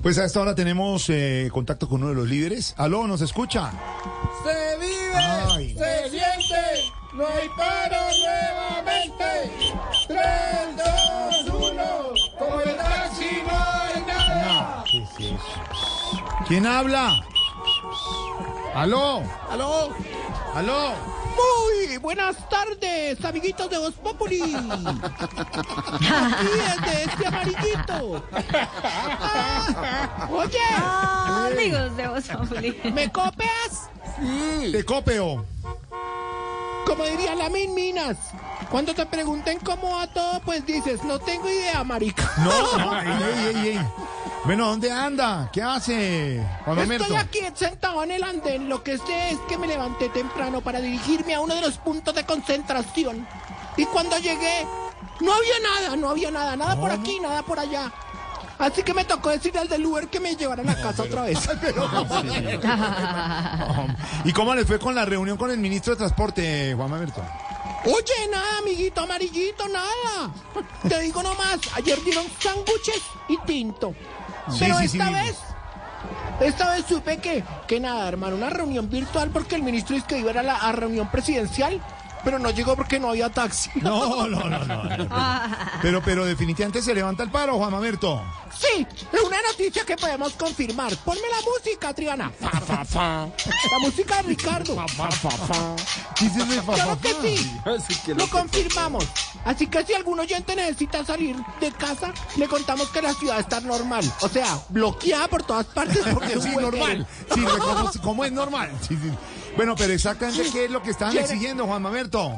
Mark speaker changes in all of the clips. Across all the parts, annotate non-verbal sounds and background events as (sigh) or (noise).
Speaker 1: Pues a esta hora tenemos eh, contacto con uno de los líderes. Aló, ¿nos escucha?
Speaker 2: Se vive,
Speaker 1: Ay.
Speaker 2: se siente, no hay paro nuevamente. 3, 2, 1, como el taxi no hay nada.
Speaker 1: ¿Quién habla? Aló,
Speaker 2: Aló,
Speaker 1: aló.
Speaker 2: muy buenas tardes, amiguitos de Voz Populi. Aquí desde este amarillito. Ah, Oye,
Speaker 3: Ah, Amigos de Voz Populi.
Speaker 2: ¿me copias?
Speaker 1: Te copeo.
Speaker 2: Como diría la Min Minas. Cuando te pregunten cómo va todo, pues dices, no tengo idea, marica.
Speaker 1: (laughs) No, no, ey, ey, ey, ey. Bueno, ¿dónde anda? ¿Qué hace? Juan Mamerto?
Speaker 2: Estoy aquí sentado en el andén. Lo que sé es que me levanté temprano para dirigirme a uno de los puntos de concentración. Y cuando llegué, no había nada, no había nada, nada por aquí, nada por allá. Así que me tocó decirle al del Uber que me llevara a la casa otra vez.
Speaker 1: ¿Y cómo le fue con la reunión con el ministro de Transporte, Juan Mamerto?
Speaker 2: Oye, nada, amiguito amarillito, nada. Te digo nomás, ayer dieron sándwiches y tinto.
Speaker 1: Sí,
Speaker 2: Pero
Speaker 1: sí, sí,
Speaker 2: esta
Speaker 1: vimos.
Speaker 2: vez, esta vez supe que, que nada, hermano, una reunión virtual porque el ministro dice que iba a ir a la a reunión presidencial, pero no llegó porque no había taxi.
Speaker 1: No, no, no, no. no, pero- Pero, pero definitivamente se levanta el paro, Juan Mamerto.
Speaker 2: (laughs) Sí, es una noticia que podemos confirmar. Ponme la música, Triana. Fa, fa, fa. La música de Ricardo.
Speaker 1: Dice de fa,
Speaker 2: Claro
Speaker 1: fa,
Speaker 2: que
Speaker 1: fa.
Speaker 2: sí.
Speaker 1: (laughs)
Speaker 2: Lo confirmamos. Así que si algún oyente necesita salir de casa, le contamos que la ciudad está normal. O sea, bloqueada por todas partes porque
Speaker 1: (laughs)
Speaker 2: es
Speaker 1: Sí,
Speaker 2: un
Speaker 1: normal. Sí, reconoce- como es normal. Sí, sí. Bueno, pero exactamente qué es lo que están
Speaker 2: ¿Quiere-
Speaker 1: exigiendo, Juan Mamerto.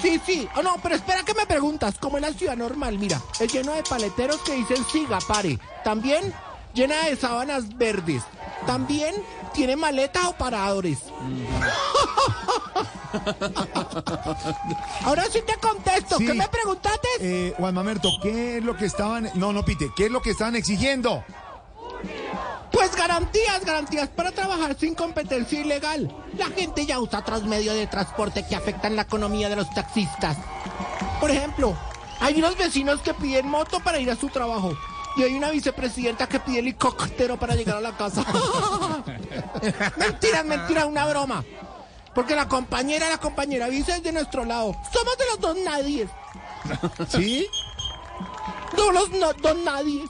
Speaker 2: Sí, sí. Oh, no, pero espera que me preguntas. ¿Cómo es la ciudad normal? Mira, es lleno de paleteros que dicen siga, pare. También llena de sábanas verdes. También tiene maletas o paradores.
Speaker 1: Mm.
Speaker 2: (laughs) Ahora sí te contesto.
Speaker 1: Sí.
Speaker 2: ¿Qué me preguntaste?
Speaker 1: Eh, Juan Mamerto, ¿qué es lo que estaban... No, no, Pite, ¿qué es lo que estaban exigiendo?
Speaker 2: Pues garantías, garantías para trabajar sin competencia ilegal. La gente ya usa otros medios de transporte que afectan la economía de los taxistas. Por ejemplo, hay unos vecinos que piden moto para ir a su trabajo. Y hay una vicepresidenta que pide helicóptero para llegar a la casa. (laughs) mentira, mentira, una broma. Porque la compañera, la compañera vice es de nuestro lado. Somos de los dos nadies.
Speaker 1: ¿Sí?
Speaker 2: No los no, dos nadies.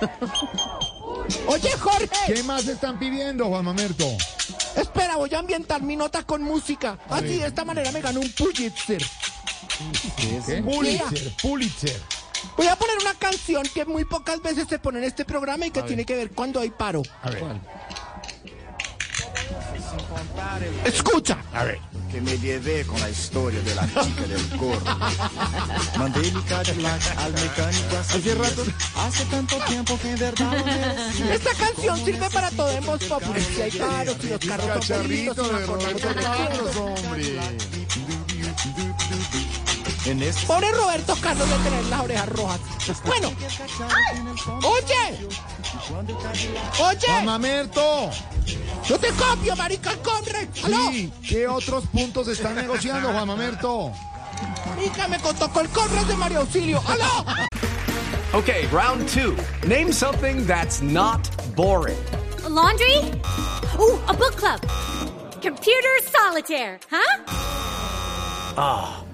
Speaker 2: (laughs) Oye, Jorge.
Speaker 1: ¿Qué más están pidiendo, Juan Mamerto?
Speaker 2: Espera, voy a ambientar mi nota con música. Así de esta manera me ganó un Pulitzer.
Speaker 1: Pulitzer, Pulitzer.
Speaker 2: Voy a poner una canción que muy pocas veces se pone en este programa y que tiene que ver cuando hay paro.
Speaker 1: A ver,
Speaker 2: Escucha.
Speaker 1: a ver.
Speaker 4: che mi vive con la storia della chica del corno. Mandei il Cadillac al meccanico a Sierrato. Hace tanto tiempo que en verdad no
Speaker 1: (laughs)
Speaker 4: eres.
Speaker 2: Esta canción sirve para todo en Voz Populi. Si hay paro, si los carros son bonitos,
Speaker 1: Cacharrito
Speaker 2: si
Speaker 1: de
Speaker 2: las cosas
Speaker 1: Roberto
Speaker 2: son
Speaker 1: Carlos,
Speaker 2: bonitas.
Speaker 1: hombre.
Speaker 4: En este
Speaker 2: Pobre Roberto Carlos de tener las orejas rojas. Bueno. ¡Ay! Oye.
Speaker 1: Juan
Speaker 2: Oye.
Speaker 1: Mamerto,
Speaker 2: Yo te copio, marica. Corre. Aló.
Speaker 1: sí, ¿qué otros puntos están negociando, Juan Mamerto?
Speaker 2: Marica, me contó con corres de Mario Auxilio. Aló.
Speaker 5: Okay, round two. Name something that's not boring.
Speaker 6: A laundry? Ooh, a book club. Computer solitaire, huh?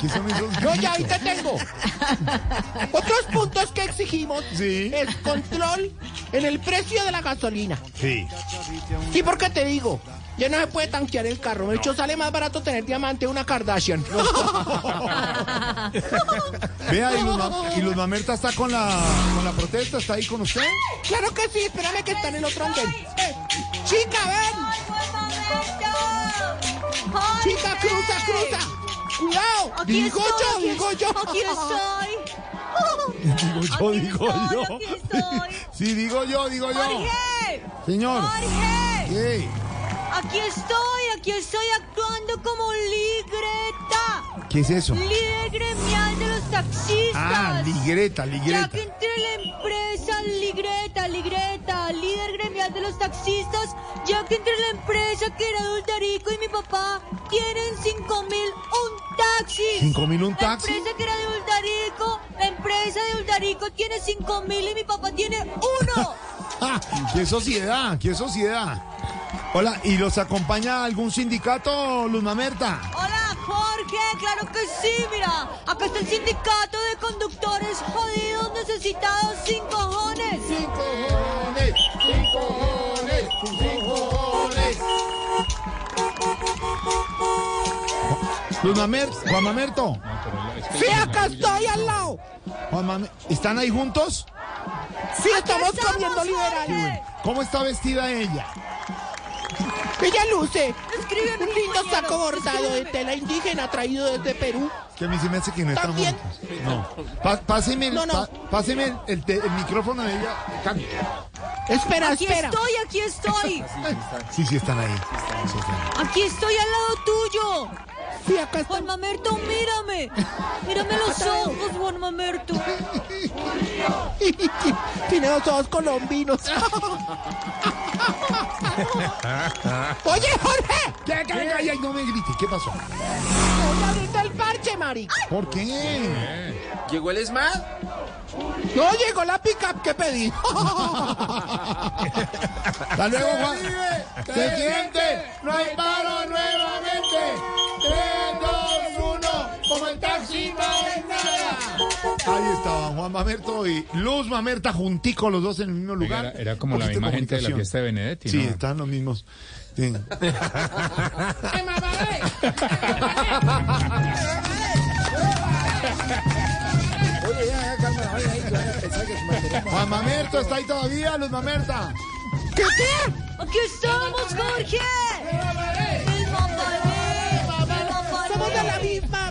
Speaker 1: ¿Qué son esos
Speaker 2: Yo ya ahí te tengo. Otros puntos que exigimos
Speaker 1: Sí.
Speaker 2: es control en el precio de la gasolina.
Speaker 1: Sí.
Speaker 2: Sí, porque te digo, Ya no se puede tanquear el carro. De hecho, sale más barato tener diamante una Kardashian.
Speaker 1: Vea, y, los ma- y los mamertas está con la, con la protesta, está ahí con usted.
Speaker 2: (laughs) claro que sí, espérame que está en el otro andén. Eh, chica, ven. Chica, cruza, cruza. Cuidado.
Speaker 3: Aquí
Speaker 2: Digo
Speaker 3: estoy,
Speaker 2: yo,
Speaker 3: aquí-
Speaker 2: digo yo.
Speaker 3: Aquí estoy.
Speaker 1: Digo Pues yo,
Speaker 3: Aquí
Speaker 1: digo
Speaker 3: estoy,
Speaker 1: yo.
Speaker 3: aquí estoy.
Speaker 1: (laughs) Sí, digo yo, digo yo.
Speaker 3: Jorge,
Speaker 1: Señor.
Speaker 3: Jorge,
Speaker 1: ¿Qué?
Speaker 3: aquí estoy, aquí estoy actuando como ligreta.
Speaker 1: ¿Qué es eso?
Speaker 3: Líder gremial de los taxistas.
Speaker 1: Ah, ligreta,
Speaker 3: Ya
Speaker 1: ligreta.
Speaker 3: que entre la empresa Ligreta, Ligreta, líder gremial de los taxistas, ya que entre la empresa que era Dultarico y mi papá, tienen 5 mil un taxi.
Speaker 1: ¿Cinco mil un taxi?
Speaker 3: La empresa que era de Dultarico, la empresa de Dultarico tiene 5 mil y mi papá tiene uno.
Speaker 1: (laughs) Ah, ¡Qué sociedad, qué sociedad! Hola, ¿y los acompaña algún sindicato, Luz Mamerta?
Speaker 3: Hola Jorge, claro que sí, mira. Acá está el sindicato de conductores jodidos, necesitados, sin cojones.
Speaker 1: Luz Mamerta, Juan Mamerto.
Speaker 2: Sí, acá estoy al lado.
Speaker 1: Juan Mame- ¿Están ahí juntos?
Speaker 2: Sí, estamos
Speaker 3: estamos,
Speaker 2: comiendo liberales.
Speaker 3: Jorge.
Speaker 1: ¿Cómo está vestida ella?
Speaker 2: Ella luce
Speaker 3: Escríbeme,
Speaker 2: un lindo
Speaker 3: compañero,
Speaker 2: saco bordado de
Speaker 3: escríbeme.
Speaker 2: tela indígena traído desde Perú.
Speaker 1: Es que a mí se me hace que no están
Speaker 2: ¿También?
Speaker 1: juntos. No. Pa- páseme el,
Speaker 2: No, no.
Speaker 1: pa- páseme el, el te- el micrófono de ella. Cambio.
Speaker 2: Espera,
Speaker 3: Aquí
Speaker 2: espera.
Speaker 3: estoy, aquí estoy.
Speaker 1: Sí, sí están ahí. Sí están.
Speaker 3: Aquí estoy al lado tuyo.
Speaker 2: Sí, acá estoy. (laughs)
Speaker 3: Juan Mamerto, mírame. Mírame los ojos, Juan Mamerto.
Speaker 2: Tiene dos ojos colombinos. Oye, Jorge,
Speaker 1: ¿Qué, qué, qué? Ay, ay, no me grite. ¿Qué pasó?
Speaker 2: voy a abrirte el parche, Mari.
Speaker 1: ¿Por qué?
Speaker 7: ¿Llegó el Smart?
Speaker 2: No llegó la pickup que pedí.
Speaker 1: Hasta luego, Juan. Se siente, no hay paro nuevamente. 3, 2, 1, como el taxi, no hay nada. Ahí estaban Juan Mamerto y Luz Mamerta juntico los dos en el mismo
Speaker 8: Oiga,
Speaker 1: lugar.
Speaker 8: Era, era como la
Speaker 1: Poquito
Speaker 8: misma gente de la
Speaker 1: comunicación.
Speaker 8: fiesta de Benedetti,
Speaker 1: Sí,
Speaker 8: ¿no?
Speaker 1: están los mismos. (laughs) Sí.
Speaker 4: Oye, ya, ya, calma, oye, ahí, que van a pensar que es material.
Speaker 1: Juan Mamerto está ahí todavía, Luz Mamerta.
Speaker 2: ¿Qué qué?
Speaker 3: Aquí estamos, Jorge. El mamaré, el mamaré.
Speaker 2: Somos de la misma.